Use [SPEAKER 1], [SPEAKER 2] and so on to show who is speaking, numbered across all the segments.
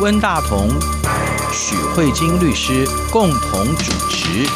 [SPEAKER 1] 温大同、许慧晶律师共同主持。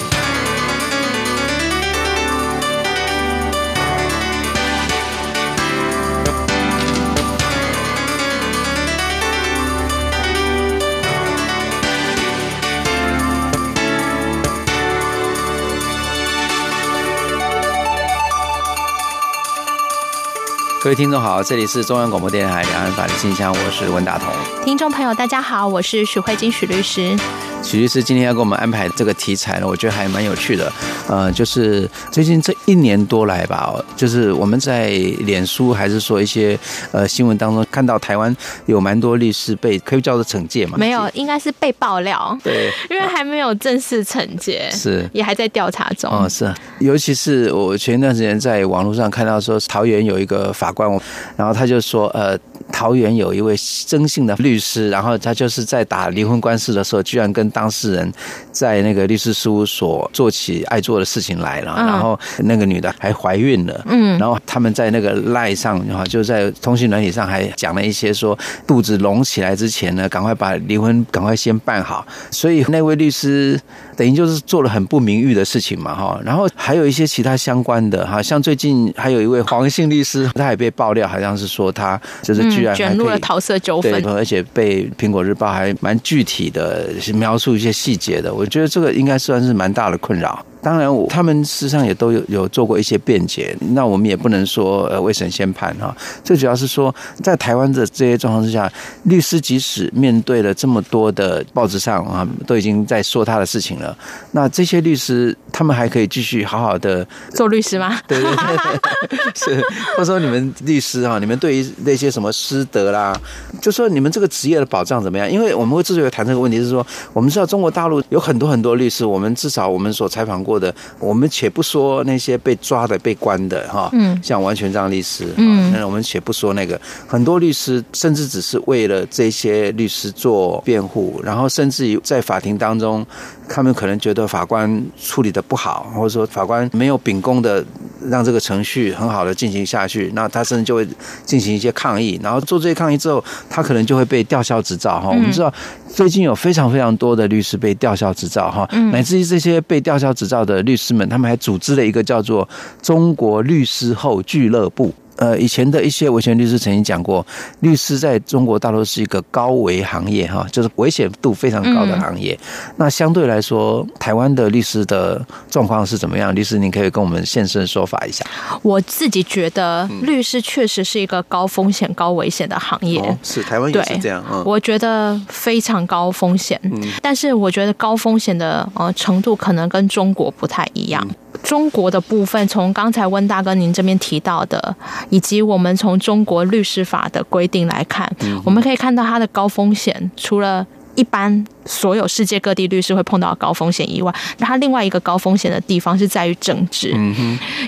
[SPEAKER 2] 各位听众好，这里是中央广播电台两岸法律信箱，我是温大同。
[SPEAKER 3] 听众朋友，大家好，我是许慧金许律师。
[SPEAKER 2] 许律师今天要给我们安排这个题材呢，我觉得还蛮有趣的。呃，就是最近这一年多来吧，哦就是我们在脸书还是说一些呃新闻当中看到台湾有蛮多律师被可以叫做惩戒嘛？
[SPEAKER 3] 没有，应该是被爆料，
[SPEAKER 2] 对，
[SPEAKER 3] 因为还没有正式惩戒，
[SPEAKER 2] 是
[SPEAKER 3] 也还在调查中。
[SPEAKER 2] 哦，是，尤其是我前一段时间在网络上看到说，桃园有一个法官，然后他就说，呃，桃园有一位征信的律师，然后他就是在打离婚官司的时候，居然跟当事人在那个律师事务所做起爱做的事情来了，
[SPEAKER 3] 嗯
[SPEAKER 2] 然后那个女的还怀孕了，
[SPEAKER 3] 嗯
[SPEAKER 2] 然后他们在那个赖上，哈，就在通讯软体上还讲了一些说，肚子隆起来之前呢，赶快把离婚赶快先办好，所以那位律师等于就是做了很不名誉的事情嘛，
[SPEAKER 3] 嗯
[SPEAKER 2] 哈。然后还有一些其他相关的，哈，像最近还有一位黄姓律师，他也被爆料，好像是说他就是居然还可
[SPEAKER 3] 嗯卷
[SPEAKER 2] 以
[SPEAKER 3] 入了桃色纠
[SPEAKER 2] 对，
[SPEAKER 3] 纷，
[SPEAKER 2] 而且被《苹果日报》还蛮具体的描述一些细节的，我觉得这个应该算是蛮大的困扰。当然我，他们事实上也都有有做过一些辩解，那我们也不能说呃未审先判哈、最主要是说，在台湾的这些状况之下，律师即使面对了这么多的报纸上啊，都已经在说他的事情了，那这些律师他们还可以继续好好的
[SPEAKER 3] 做律师吗？
[SPEAKER 2] 对对对， 是，或者说你们律师哈，你们对于那些什么师德啦，就说你们这个职业的保障怎么样？因为我们会之所以谈这个问题，是说我们知道中国大陆有很多很多律师，我们至少我们所采访过的，我们且不说那些被抓的、被关的哈，
[SPEAKER 3] 嗯
[SPEAKER 2] 像王全章律师，
[SPEAKER 3] 嗯
[SPEAKER 2] 那我们且不说那个，很多律师甚至只是为了这些律师做辩护，然后甚至于在法庭当中，他们可能觉得法官处理的不好，或者说法官没有秉公的让这个程序很好的进行下去，那他甚至就会进行一些抗议，然后做这些抗议之后，他可能就会被吊销执照哈。我们知道最近有非常非常多的律师被吊销执照哈，乃至于这些被吊销执照的律师们，他们还组织了一个叫做中国律师后俱乐部。呃，以前的一些维权律师曾经讲过，律师在中国大陆是一个高危行业哈，就是危险度非常高的行业。那相对来说，台湾的律师的状况是怎么样？律师，你可以跟我们现身说法一下。
[SPEAKER 3] 我自己觉得
[SPEAKER 2] 嗯
[SPEAKER 3] 律师确实是一个高风险、高危险的行业。，
[SPEAKER 2] 哦是台湾
[SPEAKER 3] 对，
[SPEAKER 2] 嗯
[SPEAKER 3] 我觉得非常高风险，但是我觉得高风险的呃程度可能跟中国不太一样。中国的部分，从刚才温大哥您这边提到的，以及我们从中国律师法的规定来看，我们可以看到它的高风险，除了一般所有世界各地律师会碰到的高风险以外，那它另外一个高风险的地方是在于政治。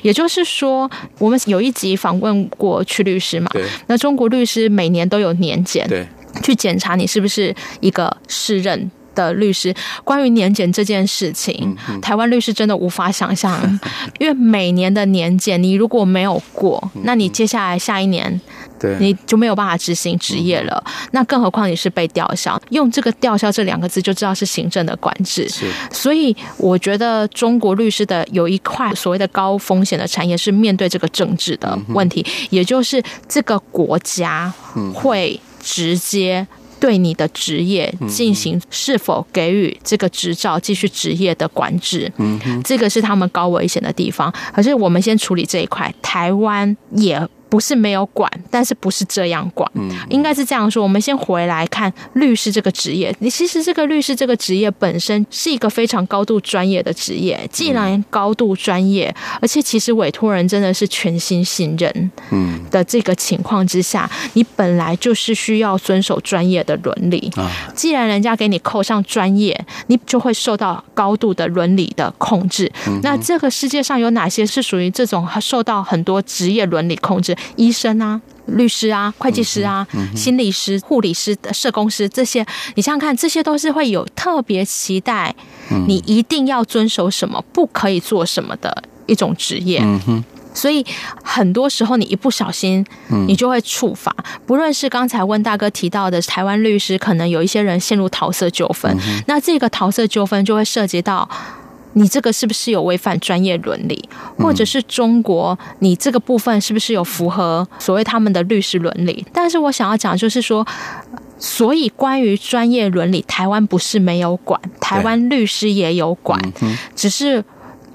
[SPEAKER 3] 也就是说，我们有一集访问过曲律师嘛，
[SPEAKER 2] 对
[SPEAKER 3] 那中国律师每年都有年检，
[SPEAKER 2] 对，
[SPEAKER 3] 去检查你是不是一个适任。的律师，关于年检这件事情，台湾律师真的无法想象，因为每年的年检，你如果没有过，那你接下来下一年
[SPEAKER 2] 对，嗯
[SPEAKER 3] 你就没有办法执行职业了。那更何况你是被吊销，用这个“吊销”这两个字就知道是行政的管制。
[SPEAKER 2] 是
[SPEAKER 3] 所以我觉得中国律师的有一块所谓的高风险的产业是面对这个政治的
[SPEAKER 2] 嗯
[SPEAKER 3] 问题，也就是这个国家
[SPEAKER 2] 嗯
[SPEAKER 3] 会直接。对你的职业
[SPEAKER 2] 嗯
[SPEAKER 3] 进行是否给予这个执照继续职业的管制，这个是他们高危险的地方。可是我们先处理这一块，台湾也不是没有管，但是不是这样管，应该是这样说。我们先回来看律师这个职业，你其实这个律师这个职业本身是一个非常高度专业的职业。既然高度专业，而且其实委托人真的是全心信任，嗯的这个情况之下，你本来就是需要遵守专业的伦理。
[SPEAKER 2] 啊，
[SPEAKER 3] 既然人家给你扣上专业，你就会受到高度的伦理的控制。那这个世界上有哪些是属于这种受到很多职业伦理控制？医生啊。律师啊，会计师啊，心理师、护理师、社工师这些，你想想看，这些都是会有特别期待，你一定要遵守什么，不可以做什么的一种职业。所以很多时候你一不小心，你就会触发。不论是刚才温大哥提到的台湾律师，可能有一些人陷入桃色纠纷，那这个桃色纠纷就会涉及到。你这个是不是有违反专业伦理，或者是中国你这个部分是不是有符合所谓他们的律师伦理？但是我想要讲就是说，所以关于专业伦理，台湾不是没有管，台湾律师也有管，只是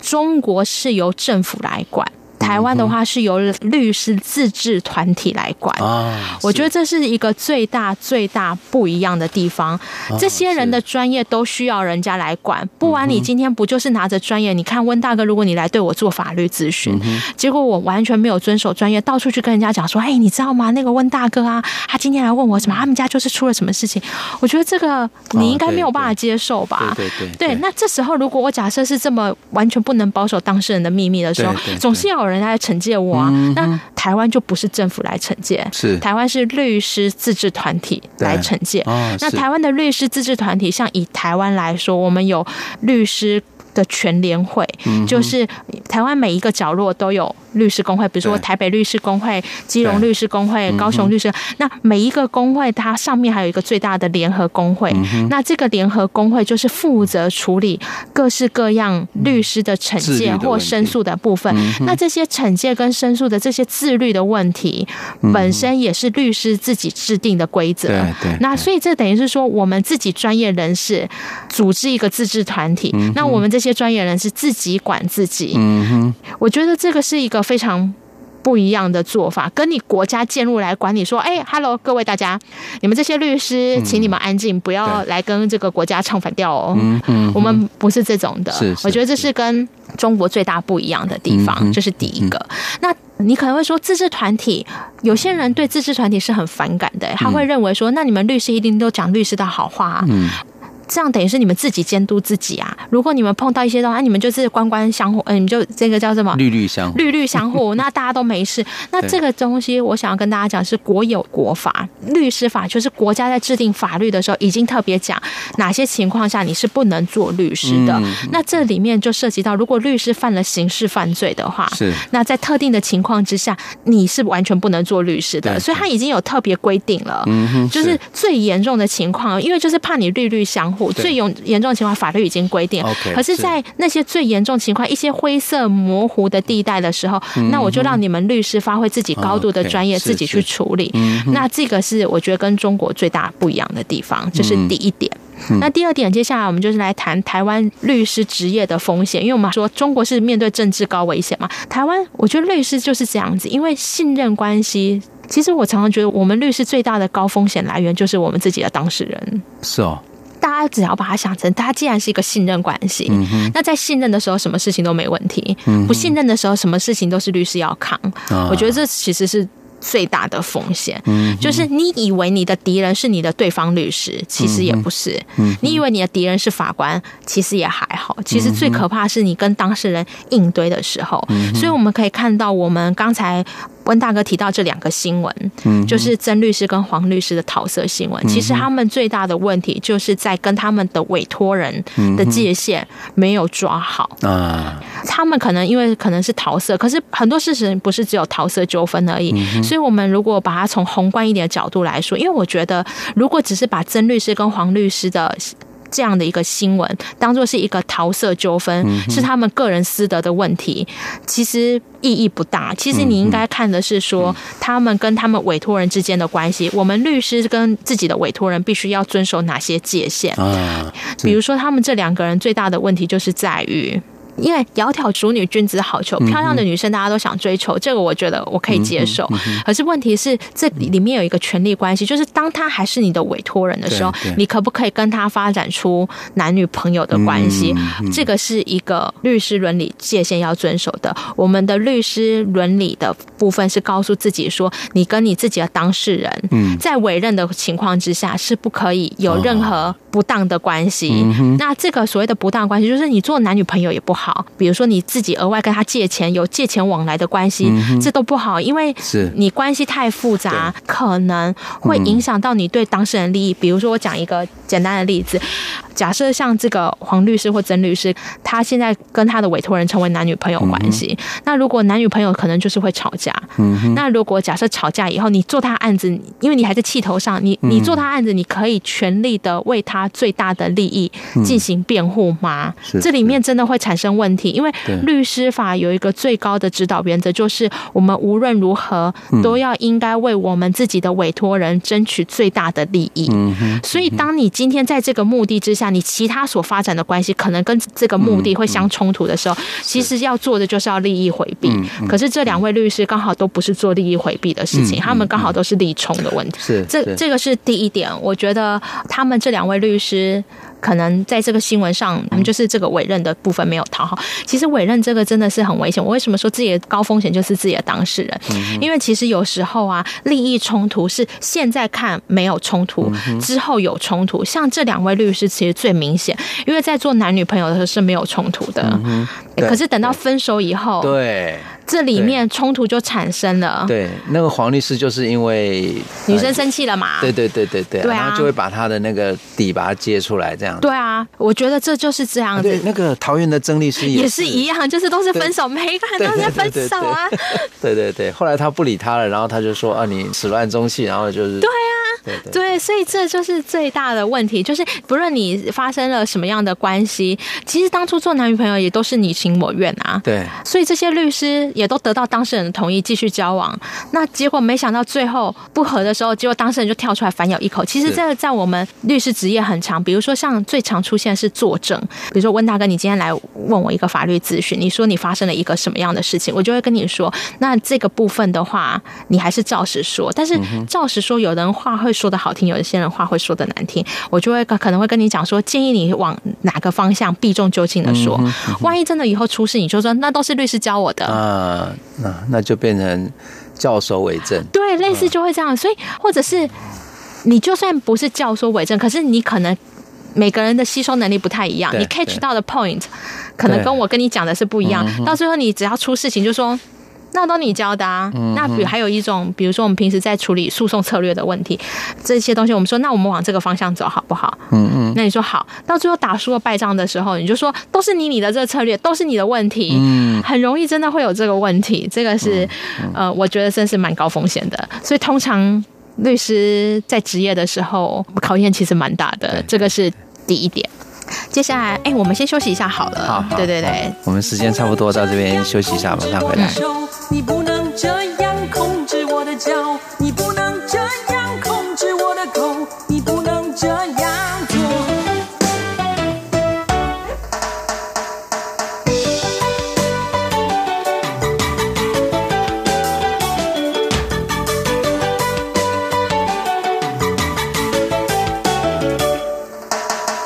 [SPEAKER 3] 中国是由政府来管。台湾的话是由律师自治团体来管，
[SPEAKER 2] 啊，
[SPEAKER 3] 我觉得这是一个最大最大不一样的地方。这些人的专业都需要人家来管，不然你今天不就是拿着专业？你看温大哥，如果你来对我做法律咨询，结果我完全没有遵守专业，到处去跟人家讲说：“哎、你知道吗？那个温大哥啊，他今天来问我什么，他们家就是出了什么事情。”我觉得这个你应该没有办法接受吧？
[SPEAKER 2] 对对
[SPEAKER 3] 对，那这时候如果我假设是这么完全不能保守当事人的秘密的时候，
[SPEAKER 2] 对对嗯对
[SPEAKER 3] 总是要有人来惩戒我啊。那台湾就不是政府来惩戒，
[SPEAKER 2] 是
[SPEAKER 3] 台湾是律师自治团体来惩戒。
[SPEAKER 2] 啊，
[SPEAKER 3] 那
[SPEAKER 2] 是
[SPEAKER 3] 台湾的律师自治团体，像以台湾来说，我们有律师。的全联会、
[SPEAKER 2] 嗯
[SPEAKER 3] 就是台湾每一个角落都有律师工会，比如说
[SPEAKER 2] 对
[SPEAKER 3] 台北律师工会、基
[SPEAKER 2] 对
[SPEAKER 3] 隆
[SPEAKER 2] 嗯
[SPEAKER 3] 律师工会、高雄律师。那每一个工会，它上面还有一个最大的联合工
[SPEAKER 2] 嗯
[SPEAKER 3] 会。那这个联合工会就是负责处理各式各样律师的惩
[SPEAKER 2] 自律
[SPEAKER 3] 戒
[SPEAKER 2] 的
[SPEAKER 3] 或
[SPEAKER 2] 问题嗯
[SPEAKER 3] 申诉的部分。那这些惩戒跟申诉的这些自律的问题，本身也是律师自己制定的规则。
[SPEAKER 2] 嗯对对
[SPEAKER 3] 啊那所以这等于是说，我们自己专业人士组织一个自治团体，那我们这些专业人士自己管自己。
[SPEAKER 2] 嗯哼，
[SPEAKER 3] 我觉得这个是一个非常。不一样的做法，跟你国家介入来管理，说，哎、h e l l o 各位大家，你们这些律师，请你们安静，不要来跟这个国家唱反调哦。
[SPEAKER 2] 嗯嗯，
[SPEAKER 3] 我们不是这种的，
[SPEAKER 2] 是是
[SPEAKER 3] 我觉得这是跟中国最大不一样的地方，
[SPEAKER 2] 嗯哼
[SPEAKER 3] 这是第一个。那你可能会说，自治团体有些人对自治团体是很反感的，欸他会认为说，那你们律师一定都讲律师的好话、啊，
[SPEAKER 2] 嗯嗯
[SPEAKER 3] 这样等于是你们自己监督自己啊。如果你们碰到一些东西，啊你们就是官官相护，嗯、你们就这个叫什么？
[SPEAKER 2] 绿绿嗯相互，
[SPEAKER 3] 律律 相互，那大家都没事。那
[SPEAKER 2] 对
[SPEAKER 3] 这个东西，我想要跟大家讲，是国有国法，律师法就是国家在制定法律的时候，已经特别讲哪些情况下你是不能做律师的。
[SPEAKER 2] 嗯
[SPEAKER 3] 那这里面就涉及到，如果律师犯了刑事犯罪的话，
[SPEAKER 2] 是
[SPEAKER 3] 那在特定的情况之下，你是完全不能做律师的，
[SPEAKER 2] 对
[SPEAKER 3] 所以他已经有特别规定了。
[SPEAKER 2] 嗯哼，
[SPEAKER 3] 就是最严重的情况，因为就是怕你律律相互，
[SPEAKER 2] 对
[SPEAKER 3] 最严严重的情况法律已经规定。
[SPEAKER 2] OK，
[SPEAKER 3] 可是，在那些最严重情况、一些灰色模糊的地带的时候，
[SPEAKER 2] 嗯
[SPEAKER 3] 那我就让你们律师发挥自己高度的
[SPEAKER 2] 哦 OK，
[SPEAKER 3] 专业，
[SPEAKER 2] 是
[SPEAKER 3] 自己
[SPEAKER 2] 是
[SPEAKER 3] 去
[SPEAKER 2] 嗯
[SPEAKER 3] 处理。那这个是我觉得跟中国最大不一样的地方，这是
[SPEAKER 2] 嗯
[SPEAKER 3] 第一点。那第二点，接下来我们就是来谈台湾律师职业的风险，因为我们说中国是面对政治高危险嘛，台湾我觉得律师就是这样子，因为信任关系。其实我常常觉得，我们律师最大的高风险来源就是我们自己的当事人。
[SPEAKER 2] 是哦，
[SPEAKER 3] 大家只要把它想成，它既然是一个信任关系，那在信任的时候，什么事情都没问题；不信任的时候，什么事情都是律师要扛。
[SPEAKER 2] 啊
[SPEAKER 3] 我觉得这其实是。最大的风险，就是你以为你的敌人是你的对方律师，其实也不是；你以为你的敌人是法官，其实也还好。其实最可怕是你跟当事人应对的时候。所以我们可以看到，我们刚才温大哥提到这两个新闻，就是曾律师跟黄律师的桃色新闻。其实他们最大的问题就是在跟他们的委托人的界限没有抓好。
[SPEAKER 2] 啊，
[SPEAKER 3] 他们可能因为可能是桃色，可是很多事情不是只有桃色纠纷而已。所以，我们如果把它从宏观一点的角度来说，因为我觉得，如果只是把曾律师跟黄律师的。这样的一个新闻，当做是一个桃色纠纷，
[SPEAKER 2] 嗯
[SPEAKER 3] 是他们个人私德的问题，其实意义不大。其实你应该看的是说，
[SPEAKER 2] 嗯
[SPEAKER 3] 他们跟他们委托人之间的关系，我们律师跟自己的委托人必须要遵守哪些界限。
[SPEAKER 2] 啊，
[SPEAKER 3] 比如说，他们这两个人最大的问题就是在于。因为窈窕淑女，君子好
[SPEAKER 2] 嗯
[SPEAKER 3] 逑。漂亮的女生大家都想追求，这个我觉得我可以接
[SPEAKER 2] 嗯
[SPEAKER 3] 受。可是问题是，这里面有一个权力关系，就是当她还是你的委托人的时候
[SPEAKER 2] 对对，
[SPEAKER 3] 你可不可以跟她发展出男女朋友的关系？这个是一个律师伦理界限要遵守的。我们的律师伦理的部分是告诉自己说，你跟你自己的当事人，在委任的情况之下是不可以有任何不当的关系。那这个所谓的不当关系，就是你做男女朋友也不好，比如说你自己额外跟他借钱，有借钱往来的关系，这都不好，因为
[SPEAKER 2] 是
[SPEAKER 3] 你关系太复杂，可能会影响到你对当事人利益。比如说，我讲一个简单的例子，假设像这个黄律师或曾律师，他现在跟他的委托人成为男女朋友关系，那如果男女朋友可能就是会吵架，
[SPEAKER 2] 嗯
[SPEAKER 3] 那如果假设吵架以后，你做他案子，因为你还在气头上，
[SPEAKER 2] 嗯
[SPEAKER 3] 你你做他案子，你可以全力的为他最大的利益进行辩护吗？
[SPEAKER 2] 嗯是
[SPEAKER 3] 这里面真的会产生问题，因为
[SPEAKER 2] 对
[SPEAKER 3] 律师法有一个最高的指导原则，就是我们无论如何
[SPEAKER 2] 嗯
[SPEAKER 3] 都要应该为我们自己的委托人争取最大的利益。
[SPEAKER 2] 嗯
[SPEAKER 3] 所以，当你今天在这个目的之下，你其他所发展的关系可能跟这个目的会相冲突的时候，其实要做的就是要利益回避。可是这两位律师刚好都不是做利益回避的事情，他们刚好都是利冲的问题。
[SPEAKER 2] 是
[SPEAKER 3] 这
[SPEAKER 2] 是
[SPEAKER 3] 这个是第一点，我觉得他们这两位律师可能在这个新闻上，他们就是这个委任的部分没有讨好。其实委任这个真的是很危险。我为什么说自己的高风险就是自己的当事人？
[SPEAKER 2] 嗯
[SPEAKER 3] 因为其实有时候啊，利益冲突是现在看没有冲
[SPEAKER 2] 嗯
[SPEAKER 3] 突，之后有冲突。像这两位律师其实最明显，因为在做男女朋友的时候是没有冲突的，
[SPEAKER 2] 嗯对
[SPEAKER 3] 可是等到分手以后，
[SPEAKER 2] 对
[SPEAKER 3] 这里面冲突就产生了。
[SPEAKER 2] 对，那个黄律师就是因为呃
[SPEAKER 3] 女生生气了嘛？
[SPEAKER 2] 对对对对对，
[SPEAKER 3] 对啊
[SPEAKER 2] 然后就会把他的那个底把它揭出来，这样。
[SPEAKER 3] 对啊，我觉得这就是这样
[SPEAKER 2] 啊
[SPEAKER 3] 子。
[SPEAKER 2] 对，那个桃园的曾律师
[SPEAKER 3] 也
[SPEAKER 2] 也
[SPEAKER 3] 是一样，就是都是分手，每一个人都在分手啊。
[SPEAKER 2] 对对对，后来他不理他了，然后他就说啊，你始乱终弃，然后就是对啊，对对
[SPEAKER 3] 对，所以这就是最大的问题，就是不论你发生了什么样的关系，其实当初做男女朋友也都是你情我愿啊。
[SPEAKER 2] 对，
[SPEAKER 3] 所以这些律师也都得到当事人的同意继续交往，那结果没想到最后不和的时候，结果当事人就跳出来反咬一口。其实
[SPEAKER 2] 是
[SPEAKER 3] 这个在我们律师职业很常，比如说像最常出现的是作证，比如说温大哥，你今天来问我一个法律咨询，你说你发生了一个什么样的事情，我就会跟你说，那这个部分的话，你还是照实说。但是照实说，有的人话会说的好听，有一些人话会说的难听，我就会可能会跟你讲说，建议你往哪个方向避重就轻的说。万一真的以后出事，你就说那都是律师教我的。
[SPEAKER 2] 啊，那那就变成教授为证，
[SPEAKER 3] 对，类似就会这样。所以，或者是你就算不是教唆伪证，可是你可能每个人的吸收能力不太一样，
[SPEAKER 2] 对嗯
[SPEAKER 3] 你 catch 到的 point 可能
[SPEAKER 2] 对
[SPEAKER 3] 跟我跟你讲的是不一样。到最后，你只要出事情，就说。那都你教的啊。
[SPEAKER 2] 嗯
[SPEAKER 3] 那比如还有一种，比如说我们平时在处理诉讼策略的问题，这些东西，我们说那我们往这个方向走好不好？
[SPEAKER 2] 嗯嗯，
[SPEAKER 3] 那你说好，到最后打输了败仗的时候，你就说都是你你的这个策略，都是你的问题，嗯，很容易真的会有这个问题，这个是、
[SPEAKER 2] 嗯
[SPEAKER 3] 呃，我觉得真是蛮高风险的，所以通常律师在职业的时候考验其实蛮大的，这个是第一点。接下来，哎、我们先休息一下好了。
[SPEAKER 2] 好好
[SPEAKER 3] 对对对嗯
[SPEAKER 2] 好，我们时间差不多到这边休息一下，马上回来。
[SPEAKER 4] 你不能这样控制我的脚，你不能这样控制我的口，你不能这样做。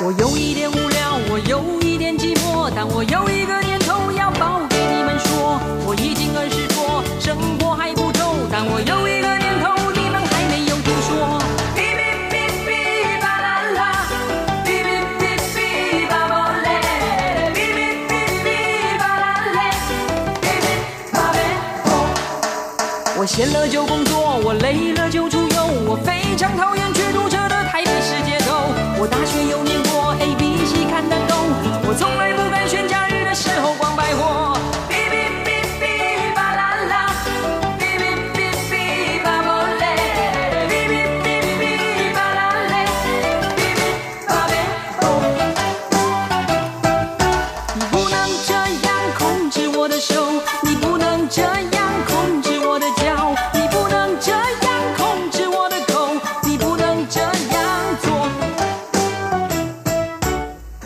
[SPEAKER 4] 我有一点无聊，我有一点寂寞，但我有一个念头要报给你们说。我已经二十多，生活还不够，但我有一个念头，你们还没有听说。哔哔哔哔吧啦啦，哔哔哔哔吧吧嘞，哔哔哔哔吧啦嘞，哔哔吧呗啵。我闲了就工作，我累了就出游，我非常讨厌去堵车的台北市街头。我大学有念过 A B C 看得懂，我从来不敢选假日的时候逛百货。哔哔哔哔吧啦啦，哔哔哔哔吧吧嘞，哔哔哔哔吧啦嘞，哔哔吧呗哦。你不能这样控制我的手，你不能这样控制我的脚，你不能这样控制我的口，你不能这样做。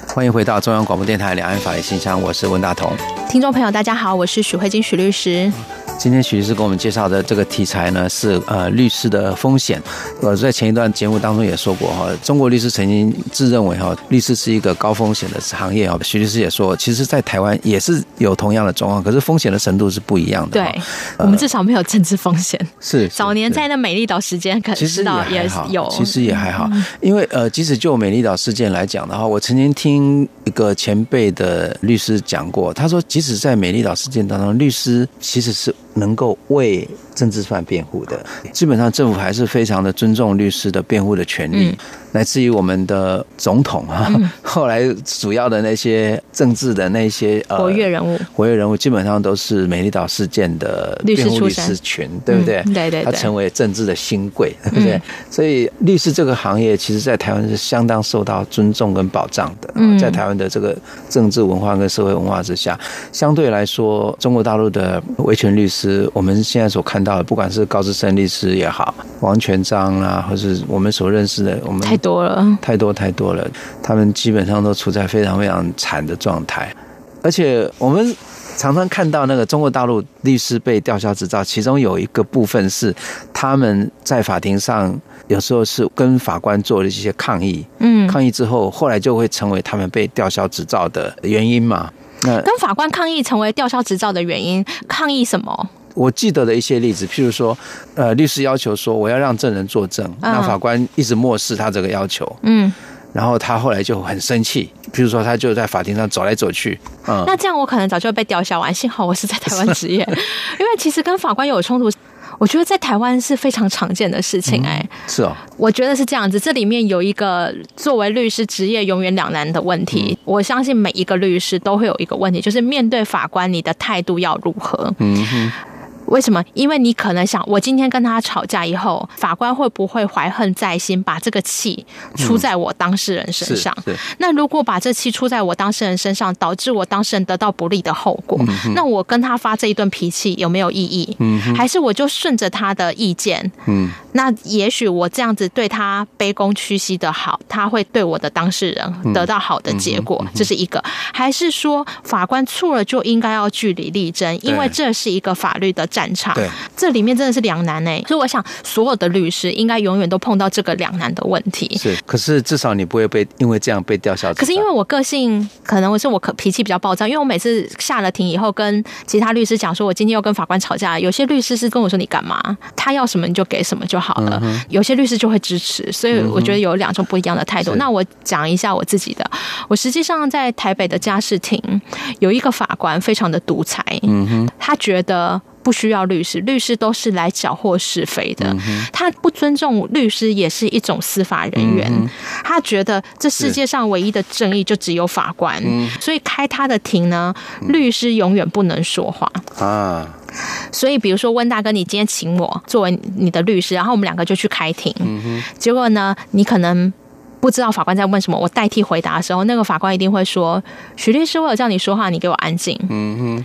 [SPEAKER 2] 欢迎回到中央广播电台两岸法律信箱，我是温大同。
[SPEAKER 3] 听众朋友大家好，我是许慧晶许律师。
[SPEAKER 2] 嗯今天许律师给我们介绍的这个题材呢，是呃律师的风险。我在前一段节目当中也说过哈，中国律师曾经自认为哈，律师是一个高风险的行业哈。许律师也说，其实，在台湾也是有同样的状况，可是风险的程度是不一样的
[SPEAKER 3] 对、
[SPEAKER 2] 哈。
[SPEAKER 3] 我们至少没有政治风险。
[SPEAKER 2] 是
[SPEAKER 3] 早年
[SPEAKER 2] 在。是
[SPEAKER 3] 在那美丽岛时间，可能
[SPEAKER 2] 呃其实
[SPEAKER 3] 知
[SPEAKER 2] 也
[SPEAKER 3] 道也
[SPEAKER 2] 还好，
[SPEAKER 3] 有，
[SPEAKER 2] 其实也还好，因为呃，即使就美丽岛事件来讲的话，我曾经听一个前辈的律师讲过，他说，即使在美丽岛事件当中，律师其实是能够为政治犯辩护的。基本上政府还是非常的尊重律师的辩护的权利，
[SPEAKER 3] 嗯
[SPEAKER 2] 乃至于我们的总统啊，后来主要的那些政治的那些呃
[SPEAKER 3] 活跃人物，
[SPEAKER 2] 活跃人物基本上都是美丽岛事件的
[SPEAKER 3] 律师
[SPEAKER 2] 辩护
[SPEAKER 3] 出
[SPEAKER 2] 律
[SPEAKER 3] 身
[SPEAKER 2] 师群，对不对？
[SPEAKER 3] 嗯对对对
[SPEAKER 2] 他成为政治的新贵，对不对？
[SPEAKER 3] 嗯
[SPEAKER 2] 所以律师这个行业，其实在台湾是相当受到尊重跟保障的。
[SPEAKER 3] 嗯
[SPEAKER 2] 在台湾的这个政治文化跟社会文化之下，相对来说，中国大陆的维权律师，我们现在所看到的，不管是高志森律师也好，王全章啦、或是我们所认识的，我们
[SPEAKER 3] 太多了。
[SPEAKER 2] 太多太多了，他们基本上都处在非常非常惨的状态，而且我们常常看到那个中国大陆律师被吊销执照，其中有一个部分是他们在法庭上有时候是跟法官做了一些抗议，
[SPEAKER 3] 嗯，
[SPEAKER 2] 抗议之后后来就会成为他们被吊销执照的原因嘛。那
[SPEAKER 3] 跟法官抗议成为吊销执照的原因，抗议什么？
[SPEAKER 2] 我记得的一些例子，譬如说，呃，律师要求说我要让证人作证，那法官一直漠视他这个要求，
[SPEAKER 3] 啊嗯，
[SPEAKER 2] 然后他后来就很生气，比如说他就在法庭上走来走去，嗯，
[SPEAKER 3] 那这样我可能早就被吊销完，幸好我是在台湾职业， 因为其实跟法官有冲突，我觉得在台湾是非常常见的事情、哎、
[SPEAKER 2] 是哦，
[SPEAKER 3] 我觉得是这样子，这里面有一个作为律师职业永远两难的问题。
[SPEAKER 2] 嗯
[SPEAKER 3] 我相信每一个律师都会有一个问题，就是面对法官，你的态度要如何？
[SPEAKER 2] 嗯哼，
[SPEAKER 3] 为什么？因为你可能想，我今天跟他吵架以后，法官会不会怀恨在心，把这个气出在我当事人身
[SPEAKER 2] 嗯是
[SPEAKER 3] 上？
[SPEAKER 2] 是，
[SPEAKER 3] 那如果把这气出在我当事人身上，导致我当事人得到不利的后果，
[SPEAKER 2] 嗯
[SPEAKER 3] 那我跟他发这一顿脾气有没有意义？还是我就顺着他的意见？
[SPEAKER 2] 嗯
[SPEAKER 3] 那也许我这样子对他卑躬屈膝的好，他会对我的当事人
[SPEAKER 2] 嗯
[SPEAKER 3] 得到好的结果，这是一个。还是说法官错了就应该要据理力争，因为这是一个法律的战场
[SPEAKER 2] 对。
[SPEAKER 3] 这里面真的是两难哎、所以我想，所有的律师应该永远都碰到这个两难的问题。
[SPEAKER 2] 是，可是至少你不会被因为这样被吊销执照，
[SPEAKER 3] 可是因为我个性，可能我是我可脾气比较暴躁，因为我每次下了庭以后，跟其他律师讲说，我今天又跟法官吵架了。有些律师是跟我说你干嘛，他要什么你就给什么就好了。有些律师就会支持，所以我觉得有两种不一样的态度。
[SPEAKER 2] 是
[SPEAKER 3] 那我讲一下我自己的，我实际上在台北的家事庭有一个法官非常的独裁，他觉得。不需要律师，律师都是来搅和是非的。他不尊重律师也是一种司法人员，他觉得这世界上唯一的正义就只有法官，
[SPEAKER 2] 嗯
[SPEAKER 3] 所以开他的庭呢，律师永远不能说话。
[SPEAKER 2] 啊，
[SPEAKER 3] 所以，比如说温大哥，你今天请我作为你的律师，然后我们两个就去开庭，
[SPEAKER 2] 嗯
[SPEAKER 3] 结果呢，你可能。不知道法官在问什么，我代替回答的时候，那个法官一定会说：“许律师，我有叫你说话，你给我安静。”
[SPEAKER 2] 嗯哼，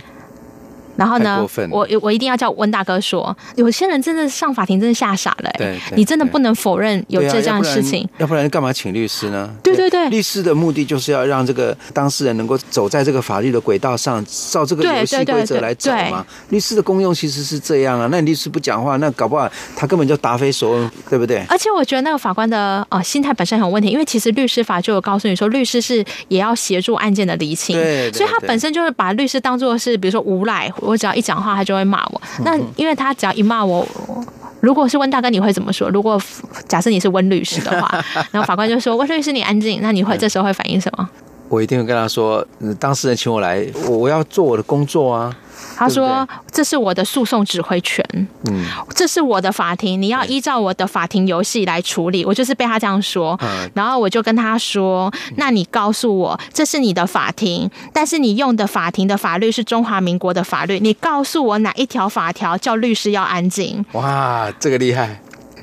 [SPEAKER 3] 然后
[SPEAKER 2] 太
[SPEAKER 3] 呢
[SPEAKER 2] 过分，了
[SPEAKER 3] 我我一定要叫温大哥说，有些人真的上法庭真的吓傻了、欸
[SPEAKER 2] 对，对
[SPEAKER 3] 你真的
[SPEAKER 2] 对
[SPEAKER 3] 不能否认有
[SPEAKER 2] 对啊
[SPEAKER 3] 这这样的事情。，
[SPEAKER 2] 要不然要不然干嘛请律师呢？
[SPEAKER 3] 对对对
[SPEAKER 2] 律师的目的就是要让这个当事人能够走在这个法律的轨道上，照这个
[SPEAKER 3] 对
[SPEAKER 2] 游戏
[SPEAKER 3] 对对
[SPEAKER 2] 规则来走嘛。律师的功用其实是这样啊，那你律师不讲话，那搞不好他根本就答非所问，对不对？
[SPEAKER 3] 而且我觉得那个法官的呃心态本身很有问题，因为其实律师法就有告诉你说，律师是也要协助案件的厘清，
[SPEAKER 2] 对对
[SPEAKER 3] 所以他
[SPEAKER 2] 对
[SPEAKER 3] 本身就是把律师当做是，比如说无赖，我只要一讲话他就会骂我。
[SPEAKER 2] 嗯
[SPEAKER 3] 那因为他只要一骂我，我如果是温大哥，你会怎么说？如果假设你是温律师 的话，然后法官就说温律师你安静，那你
[SPEAKER 2] 嗯
[SPEAKER 3] 会这时候会反应什么？
[SPEAKER 2] 我一定会跟他说，嗯当事人请我来，我我要做我的工作啊。
[SPEAKER 3] 他说
[SPEAKER 2] 对
[SPEAKER 3] 这是我的诉讼指挥权，
[SPEAKER 2] 嗯，
[SPEAKER 3] 这是我的法庭，你要依照我的法庭游戏来处理。我就是被他这样说，
[SPEAKER 2] 嗯
[SPEAKER 3] 然后我就跟他说：“那你告诉我，这是你的法庭，但是你用的法庭的法律是中华民国的法律，你告诉我哪一条法条叫律师要安静？”
[SPEAKER 2] 哇，这个厉害。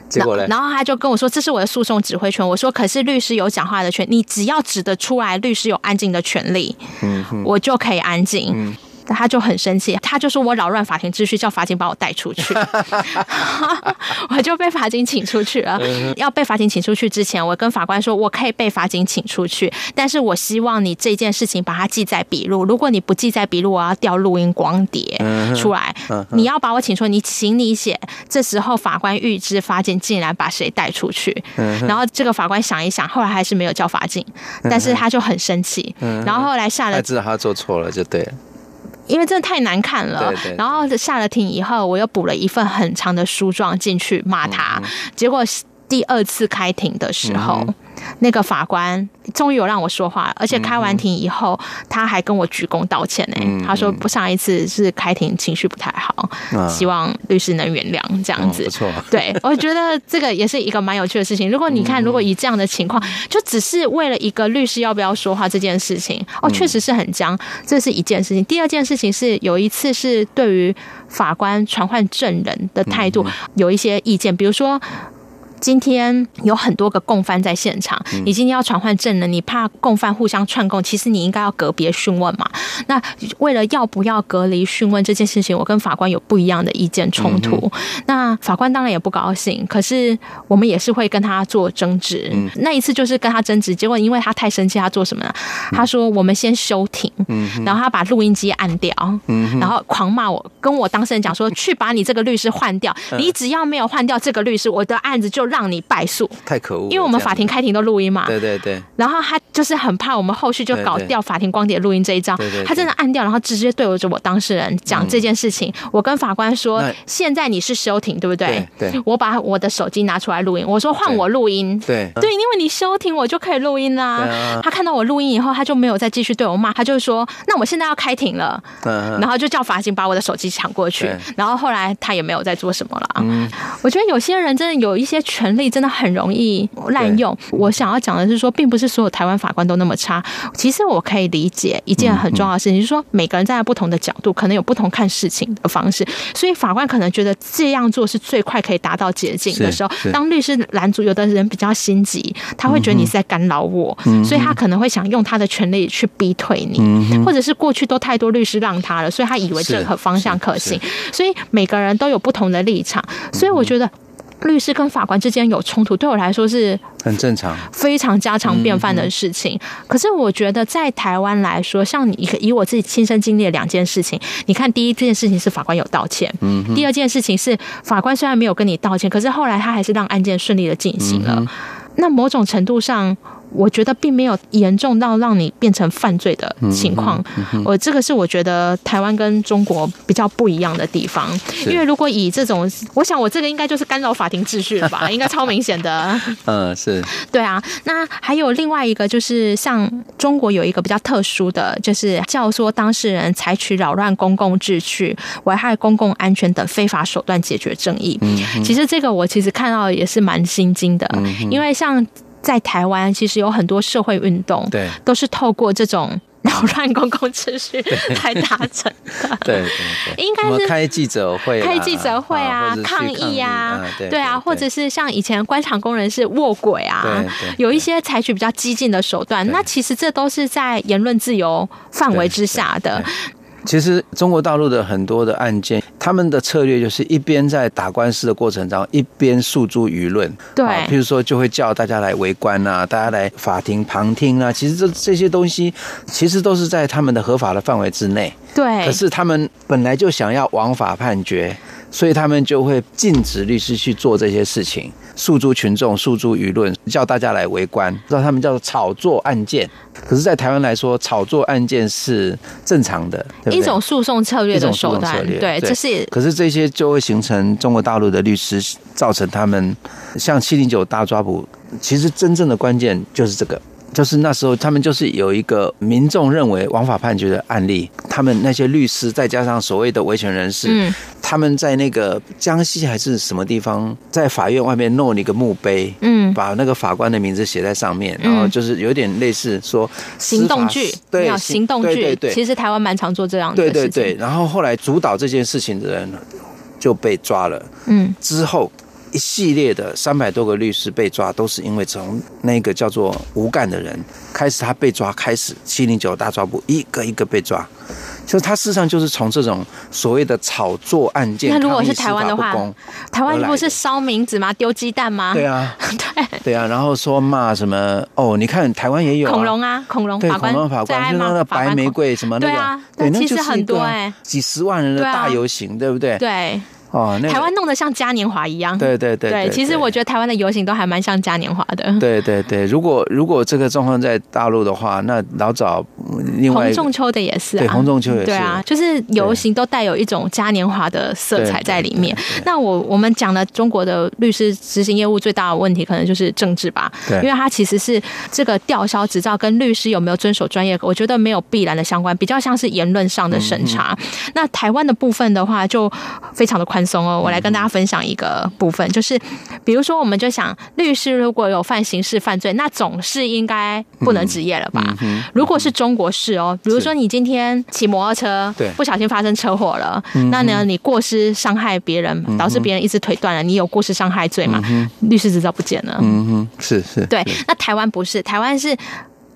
[SPEAKER 2] 结果呢
[SPEAKER 3] 然？然后他就跟我说：“这是我的诉讼指挥权。”我说：“可是律师有讲话的权，你只要指得出来，律师有安静的权利，
[SPEAKER 2] 嗯
[SPEAKER 3] 我就可以安静。他就很生气，他就说我扰乱法庭秩序，叫法警把我带出去， 我就被法警请出去了。要被法警请出去之前，我跟法官说，我可以被法警请出去，但是我希望你这件事情把它记在笔录。如果你不记在笔录，我要调录音光碟出来。你要把我请出，你请你写。这时候法官预知法警竟然把谁带出去，然后这个法官想一想，后来还是没有叫法警，但是他就很生气。然后后来下了
[SPEAKER 2] 他知道他做错了就对了。
[SPEAKER 3] 因为真的太难看了。
[SPEAKER 2] 对对对
[SPEAKER 3] 然后下了庭以后，我又补了一份
[SPEAKER 2] 嗯
[SPEAKER 3] 很长的书状进去骂他，结果第二次开庭的时候。那个法官终于有让我说话了，而且开完庭以后，他还跟我鞠躬道歉呢、
[SPEAKER 2] 嗯
[SPEAKER 3] 他说不上一次是开庭情绪不太好，
[SPEAKER 2] 啊
[SPEAKER 3] 希望律师能原谅这样子。
[SPEAKER 2] 嗯不错
[SPEAKER 3] 对，我觉得这个也是一个蛮有趣的事情。如果你看，如果以这样的情况，就只是为了一个律师要不要说话这件事情，哦，确实是很僵，这是一件事情。第二件事情是有一次是对于法官传唤证人的态度有一些意见，比如说。今天有很多个共犯在现场，你今天要传唤证人，你怕共犯互相串供，其实你应该要隔别讯问嘛。那为了要不要隔离讯问这件事情，我跟法官有不一样的意见冲突。
[SPEAKER 2] 嗯
[SPEAKER 3] 那法官当然也不高兴，可是我们也是会跟他做争执。
[SPEAKER 2] 嗯
[SPEAKER 3] 那一次就是跟他争执，结果因为他太生气，他做什么呢？
[SPEAKER 2] 嗯
[SPEAKER 3] 他说我们先休庭，然后他把录音机按掉，
[SPEAKER 2] 嗯
[SPEAKER 3] 然后狂骂我，跟我当事人讲说，去把你这个律师换掉，
[SPEAKER 2] 嗯
[SPEAKER 3] 你只要没有换掉这个律师，我的案子就让你败诉。
[SPEAKER 2] 太可恶了。
[SPEAKER 3] 因为我们
[SPEAKER 2] 哦这样
[SPEAKER 3] 法庭
[SPEAKER 2] 子
[SPEAKER 3] 开庭都录音嘛，
[SPEAKER 2] 对对对，
[SPEAKER 3] 然后他就是很怕我们后续就搞
[SPEAKER 2] 对
[SPEAKER 3] 掉法庭光碟录音这一张
[SPEAKER 2] 对对对，
[SPEAKER 3] 他真的按掉，然后直接对我着我当事人讲这件事情。我跟法官说
[SPEAKER 2] 那，
[SPEAKER 3] 现在你是休庭，对不对？
[SPEAKER 2] 对对
[SPEAKER 3] 我把我的手机拿出来录音，我说换我录音。
[SPEAKER 2] 对
[SPEAKER 3] 对，因为你休庭，我就可以录音啦、
[SPEAKER 2] 对啊
[SPEAKER 3] 他看到我录音以后，他就没有再继续对我骂，他就说：“那我现在要开庭了。”
[SPEAKER 2] 嗯，
[SPEAKER 3] 然后就叫法警把我的手机抢过去
[SPEAKER 2] 对，嗯
[SPEAKER 3] 然后后来他也没有再做什么了。啊我觉得有些人真的有一些权利真的很容易滥用。我想要讲的是说，并不是所有台湾法官都那么差。其实我可以理解一件很重要的事情，就是说每个人站在不同的角度，可能有不同看事情的方式，所以法官可能觉得这样做是最快可以达到捷径的时候
[SPEAKER 2] 是是。
[SPEAKER 3] 当律师拦阻，有的人比较心急，他会觉得你是在干扰我，
[SPEAKER 2] 嗯
[SPEAKER 3] 所以他可能会想用他的权利去逼退你，或者是过去都太多律师让他了，所以他以为这
[SPEAKER 2] 是嗯
[SPEAKER 3] 个方向可行。所以每个人都有不同的立场，所以我觉得。律师跟法官之间有冲突，对我来说是
[SPEAKER 2] 很正常。
[SPEAKER 3] 非常家常便饭的事情。可是我觉得在台湾来说，像你以我自己亲身经历的两件事情，你看第一件事情是法官有道歉，第二件事情是法官虽然没有跟你道歉，可是后来他还是让案件顺利的进行了。那某种程度上。我觉得并没有严重到让你变成犯罪的情况，我、这个是我觉得台湾跟中国比较不一样的地方。因为如果以这种，我想我这个应该就是干扰法庭秩序了吧，应该超明显的。
[SPEAKER 2] 嗯，是
[SPEAKER 3] 对啊，那还有另外一个就是，像中国有一个比较特殊的，就是教唆当事人采取扰乱公共秩序、危害公共安全等非法手段解决争议。其实这个我其实看到也是蛮心惊的，因为像在台湾，其实有很多社会运动，
[SPEAKER 2] 对
[SPEAKER 3] 都是透过这种。扰乱公共秩序来达成的，
[SPEAKER 2] 对对对，
[SPEAKER 3] 应该是
[SPEAKER 2] 我们开记者会啦，
[SPEAKER 3] 开记者会啊
[SPEAKER 2] 或者，去
[SPEAKER 3] 抗议啊，
[SPEAKER 2] 对
[SPEAKER 3] 对啊，或者是像以前官场工人是卧轨啊
[SPEAKER 2] 对对，
[SPEAKER 3] 有一些采取比较激进的手段，
[SPEAKER 2] 对
[SPEAKER 3] 那其实这都是在言论自由范围之下的
[SPEAKER 2] 对。其实中国大陆的很多的案件，他们的策略就是一边在打官司的过程当中，一边诉诸舆论。
[SPEAKER 3] 对
[SPEAKER 2] 啊譬如说就会叫大家来围观啊，大家来法庭旁听啊。其实这这些东西，其实都是在他们的合法的范围之内。
[SPEAKER 3] 对，
[SPEAKER 2] 可是他们本来就想要枉法判决，所以他们就会禁止律师去做这些事情，诉诸群众，诉诸舆论，叫大家来围观，让他们叫做炒作案件。可是，在台湾来说，炒作案件是正常的，对不对
[SPEAKER 3] 一种诉讼策略
[SPEAKER 2] 一
[SPEAKER 3] 的
[SPEAKER 2] 种
[SPEAKER 3] 手
[SPEAKER 2] 诉
[SPEAKER 3] 段
[SPEAKER 2] 讼策略，
[SPEAKER 3] 对，这是
[SPEAKER 2] 可是这些就会形成中国大陆的律师，造成他们像七零九大抓捕，其实真正的关键就是这个。就是那时候，他们就是有一个民众认为枉法判决的案例，他们那些律师再加上所谓的维权人士，
[SPEAKER 3] 嗯
[SPEAKER 2] 他们在那个江西还是什么地方，在法院外面弄了一个墓碑，
[SPEAKER 3] 嗯
[SPEAKER 2] 把那个法官的名字写在上面，
[SPEAKER 3] 嗯
[SPEAKER 2] 然后就是有点类似说
[SPEAKER 3] 行动
[SPEAKER 2] 司
[SPEAKER 3] 剧
[SPEAKER 2] 法，
[SPEAKER 3] 你
[SPEAKER 2] 对
[SPEAKER 3] 要行动
[SPEAKER 2] 对
[SPEAKER 3] 剧
[SPEAKER 2] 对对，
[SPEAKER 3] 其实台湾蛮常做这样的
[SPEAKER 2] 对
[SPEAKER 3] 事情。
[SPEAKER 2] 对对，然后后来主导这件事情的人就被抓了。
[SPEAKER 3] 嗯，
[SPEAKER 2] 之后一系列的三百多个律师被抓，都是因为从那个叫做吴干的人开始，他被抓开始，七零九大抓捕一个一个被抓。就他事实上就是从这种所谓的炒作案件，
[SPEAKER 3] 那如果
[SPEAKER 2] 抗议
[SPEAKER 3] 是台湾
[SPEAKER 2] 司法
[SPEAKER 3] 的话
[SPEAKER 2] 不公
[SPEAKER 3] 台湾不
[SPEAKER 2] 而来
[SPEAKER 3] 是
[SPEAKER 2] 的
[SPEAKER 3] 烧名字吗？丢鸡蛋吗？
[SPEAKER 2] 对啊，
[SPEAKER 3] 对，
[SPEAKER 2] 对啊，然后说骂什么哦，你看台湾也有、啊、
[SPEAKER 3] 恐龙啊，恐龙
[SPEAKER 2] 对，
[SPEAKER 3] 法
[SPEAKER 2] 恐
[SPEAKER 3] 官
[SPEAKER 2] 龙法
[SPEAKER 3] 最
[SPEAKER 2] 官
[SPEAKER 3] 爱
[SPEAKER 2] 就
[SPEAKER 3] 骂
[SPEAKER 2] 那个
[SPEAKER 3] 法官
[SPEAKER 2] 白玫
[SPEAKER 3] 恐
[SPEAKER 2] 瑰什么那
[SPEAKER 3] 对
[SPEAKER 2] 个
[SPEAKER 3] 啊，
[SPEAKER 2] 对，
[SPEAKER 3] 那
[SPEAKER 2] 那
[SPEAKER 3] 其实
[SPEAKER 2] 就是一
[SPEAKER 3] 很
[SPEAKER 2] 个
[SPEAKER 3] 多
[SPEAKER 2] 啊
[SPEAKER 3] 欸
[SPEAKER 2] 几十万人的
[SPEAKER 3] 对啊
[SPEAKER 2] 大游行，对不对？
[SPEAKER 3] 对
[SPEAKER 2] 哦，那个
[SPEAKER 3] 台湾弄得像嘉年华一样。
[SPEAKER 2] 对对对
[SPEAKER 3] 对，其实我觉得台湾的游行都还蛮像嘉年华 的。
[SPEAKER 2] 对对对，如果如果这个状况在大陆的话，那老早嗯另外
[SPEAKER 3] 红
[SPEAKER 2] 一个
[SPEAKER 3] 中秋的也是啊，
[SPEAKER 2] 对红中秋也是
[SPEAKER 3] 对啊，就是游行都带有一种嘉年华的色彩在里面。那我我们讲的中国的律师执行业务最大的问题，可能就是政治吧，
[SPEAKER 2] 对
[SPEAKER 3] 因为它其实是这个吊销执照跟律师有没有遵守专业，我觉得没有必然的相关，比较像是言论上的审查。那台湾的部分的话，就非常的宽松哦。我来跟大家分享一个部分，就是比如说，我们就想，律师如果有犯刑事犯罪，那总是应该不能执业了吧？如果是中国式哦，比如说你今天骑摩托车，
[SPEAKER 2] 对
[SPEAKER 3] 不小心发生车祸了，
[SPEAKER 2] 嗯
[SPEAKER 3] 那呢，你过失伤害别人，导致别人一只腿断了，你有过失伤害罪嘛？律师执照不见了。
[SPEAKER 2] 嗯哼，是是，
[SPEAKER 3] 对，那台湾不是，台湾是。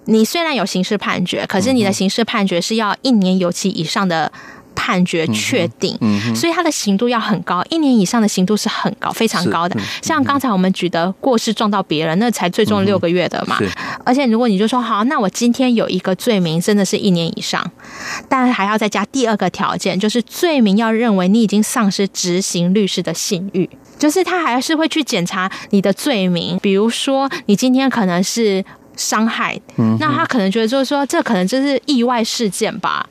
[SPEAKER 3] 你虽然有刑事判决，可是你的刑事判决是要一年有期以上的判决确定，
[SPEAKER 2] 嗯
[SPEAKER 3] 所以它的刑度要很高，一年以上的刑度是很高，非常
[SPEAKER 2] 是
[SPEAKER 3] 高的。像刚才我们举的过失撞到别人，那才最重六个月的嘛。
[SPEAKER 2] 是
[SPEAKER 3] 而且如果你就说好，那我今天有一个罪名真的是一年以上，但还要再加第二个条件，就是罪名要认为你已经丧失执行律师的信誉。就是他还是会去检查你的罪名，比如说你今天可能是。伤害，那他可能觉得就是说，这可能就是意外事件吧。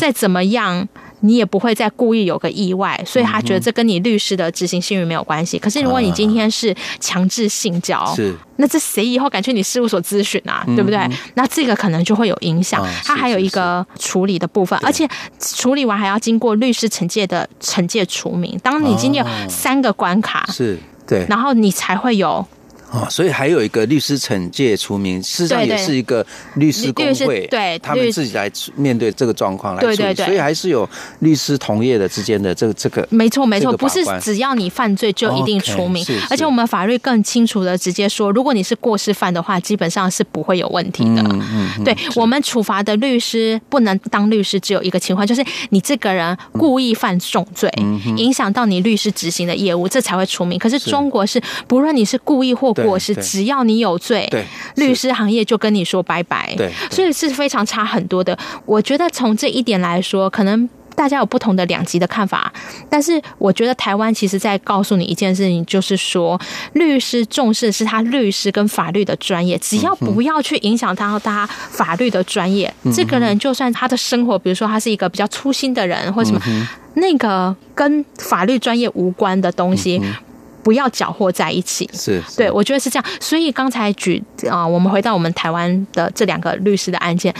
[SPEAKER 3] 再怎么样，你也不会再故意有个意外，所以他觉得这跟你律师的执行信誉没有关系。可是如果你今天是强制性交，
[SPEAKER 2] 是
[SPEAKER 3] 那这谁以后敢去你事务所咨询啊？对不对？那这个可能就会有影响
[SPEAKER 2] 嗯啊。
[SPEAKER 3] 它
[SPEAKER 2] 是
[SPEAKER 3] 还有
[SPEAKER 2] 是
[SPEAKER 3] 一个处理的部分，而且处理完还要经过律师惩戒的惩戒除名。当你今天有三个关卡，
[SPEAKER 2] 哦是，对
[SPEAKER 3] 然后你才会有
[SPEAKER 2] 哦，所以还有一个律师惩戒除名，事实上
[SPEAKER 3] 对
[SPEAKER 2] 也
[SPEAKER 3] 对
[SPEAKER 2] 是一个律师工
[SPEAKER 3] 律律
[SPEAKER 2] 会
[SPEAKER 3] 师，对
[SPEAKER 2] 他们
[SPEAKER 3] 律
[SPEAKER 2] 自己来处面对这个状况来处
[SPEAKER 3] 对
[SPEAKER 2] 理，
[SPEAKER 3] 对对
[SPEAKER 2] 所以还是有律师同业的之间的这个这个
[SPEAKER 3] 没错，没
[SPEAKER 2] 这
[SPEAKER 3] 错，
[SPEAKER 2] 个
[SPEAKER 3] 不
[SPEAKER 2] 把
[SPEAKER 3] 是
[SPEAKER 2] 关哦
[SPEAKER 3] 只要你犯罪就一定
[SPEAKER 2] OK，
[SPEAKER 3] 除名
[SPEAKER 2] 是是
[SPEAKER 3] 而且我们法律更清楚的直接说，如果你是过失犯的话，基本上是不会有问题的。
[SPEAKER 2] 嗯
[SPEAKER 3] 对我们处罚的律师不能当律师，只有一个情况，就是你这个人故意犯重罪，
[SPEAKER 2] 嗯
[SPEAKER 3] 影响到你律师执行的业务，这才会除名。可是中国是，不论你是故意或过失，
[SPEAKER 2] 对对
[SPEAKER 3] 只要你有罪，
[SPEAKER 2] 对
[SPEAKER 3] 律
[SPEAKER 2] 是
[SPEAKER 3] 师行业就跟你说拜拜。
[SPEAKER 2] 对
[SPEAKER 3] 所以是非常差很多的。我觉得从这一点来说，可能。大家有不同的两极的看法，但是我觉得台湾其实在告诉你一件事情，就是说律师重视是他律师跟法律的专业，只要不要去影响到他法律的专业，
[SPEAKER 2] 嗯
[SPEAKER 3] 这个人就算他的生活，比如说他是一个比较粗心的人或什么，
[SPEAKER 2] 嗯
[SPEAKER 3] 那个跟法律专业无关的东西，
[SPEAKER 2] 嗯
[SPEAKER 3] 不要搅和在一起。
[SPEAKER 2] 是
[SPEAKER 3] 对，
[SPEAKER 2] 是
[SPEAKER 3] 我觉得是这样。所以刚才举啊、我们回到我们台湾的这两个律师的案件，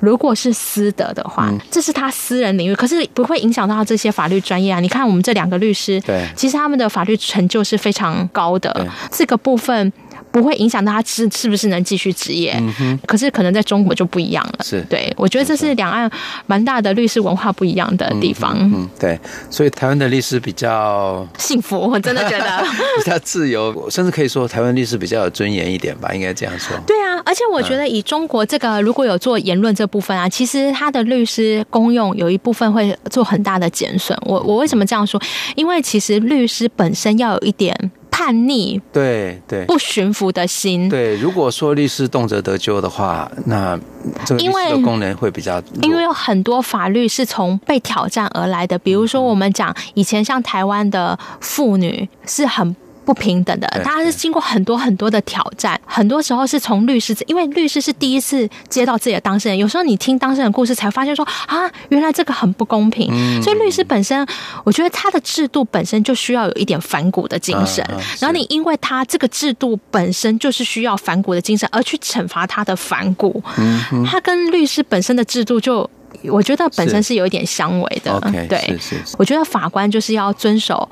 [SPEAKER 3] 如果是私德的话，
[SPEAKER 2] 嗯
[SPEAKER 3] 这是他私人领域，可是不会影响到这些法律专业啊。你看我们这两个律师，
[SPEAKER 2] 对
[SPEAKER 3] 其实他们的法律成就是非常高的
[SPEAKER 2] 对，
[SPEAKER 3] 这个部分。不会影响到他是是不是能继续执业，可是可能在中国就不一样了。
[SPEAKER 2] 嗯是
[SPEAKER 3] 对，我觉得这是两岸蛮大的律师文化不一样的地方。
[SPEAKER 2] 嗯对，所以台湾的律师比较
[SPEAKER 3] 幸福，我真的觉 得。
[SPEAKER 2] 比较自由，甚至可以说台湾律师比较有尊严一点吧，应该这样说。
[SPEAKER 3] 对啊，而且我觉得以中国这个如果有做言论这部分啊，其实他的律师公用有一部分会做很大的减损。我我为什么这样说？因为其实律师本身要有一点叛逆、
[SPEAKER 2] 对对
[SPEAKER 3] 不驯服的心。
[SPEAKER 2] 对，如果说律师动辄得咎的话，那这个律
[SPEAKER 3] 因
[SPEAKER 2] 师
[SPEAKER 3] 为
[SPEAKER 2] 的功能会比较弱
[SPEAKER 3] 因为有很多法律是从被挑战而来的，比如说我们讲以前像台湾的妇女是很。不平等的
[SPEAKER 2] 对，
[SPEAKER 3] 她是经过很多很多的挑战，很多时候是从律师，因为律师是第一次接到自己的当事人，有时候你听当事人的故事才发现说啊，原来这个很不公平，所以律师本身，我觉得他的制度本身就需要有一点反骨的精神，
[SPEAKER 2] 嗯嗯是
[SPEAKER 3] 然后你因为他这个制度本身就是需要反骨的精神，而去惩罚他的反骨，
[SPEAKER 2] 嗯
[SPEAKER 3] 它跟律师本身的制度就，我觉得本身是有一点相违的。
[SPEAKER 2] OK，
[SPEAKER 3] 对
[SPEAKER 2] 是，是是，
[SPEAKER 3] 我觉得法官就是要遵守。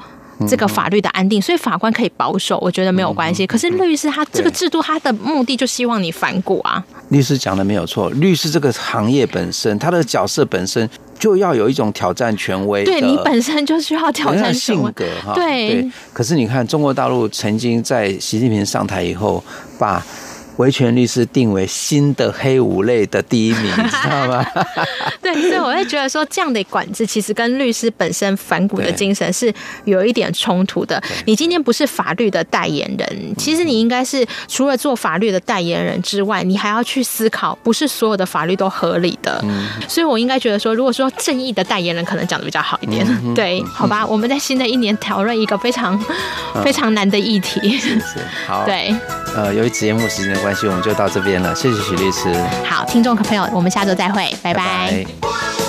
[SPEAKER 3] 这个法律的安定，所以法官可以保守，我觉得没有关
[SPEAKER 2] 嗯
[SPEAKER 3] 系。可是律师他这个制度，他的目的就希望你反骨啊。
[SPEAKER 2] 律师讲的没有错，律师这个行业本身，他的角色本身就要有一种挑战权威的，
[SPEAKER 3] 对你本身就需要挑
[SPEAKER 2] 人家
[SPEAKER 3] 战
[SPEAKER 2] 的
[SPEAKER 3] 什么
[SPEAKER 2] 性？格哈。
[SPEAKER 3] 对
[SPEAKER 2] 可是你看，中国大陆曾经在习近平上台以后，把维权律师定为新的黑五类的第一名，你知道 吗？
[SPEAKER 3] 对，所以我会觉得说，这样的管制其实跟律师本身反骨的精神是有一点冲突的。你今天不是法律的代言人，其实你应该是除了做法律的代言人之外，你还要去思考，不是所有的法律都合理的。所以我应该觉得说，如果说正义的代言人，可能讲的比较好一点。对，好吧，我们在新的一年讨论一个非常、非常难的议题。
[SPEAKER 2] 是好，，
[SPEAKER 3] 对，
[SPEAKER 2] 呃，由于节目时间的关系，我们就到这边了，谢谢许律师，
[SPEAKER 3] 好，听众朋友，我们下周再会，拜拜
[SPEAKER 2] 拜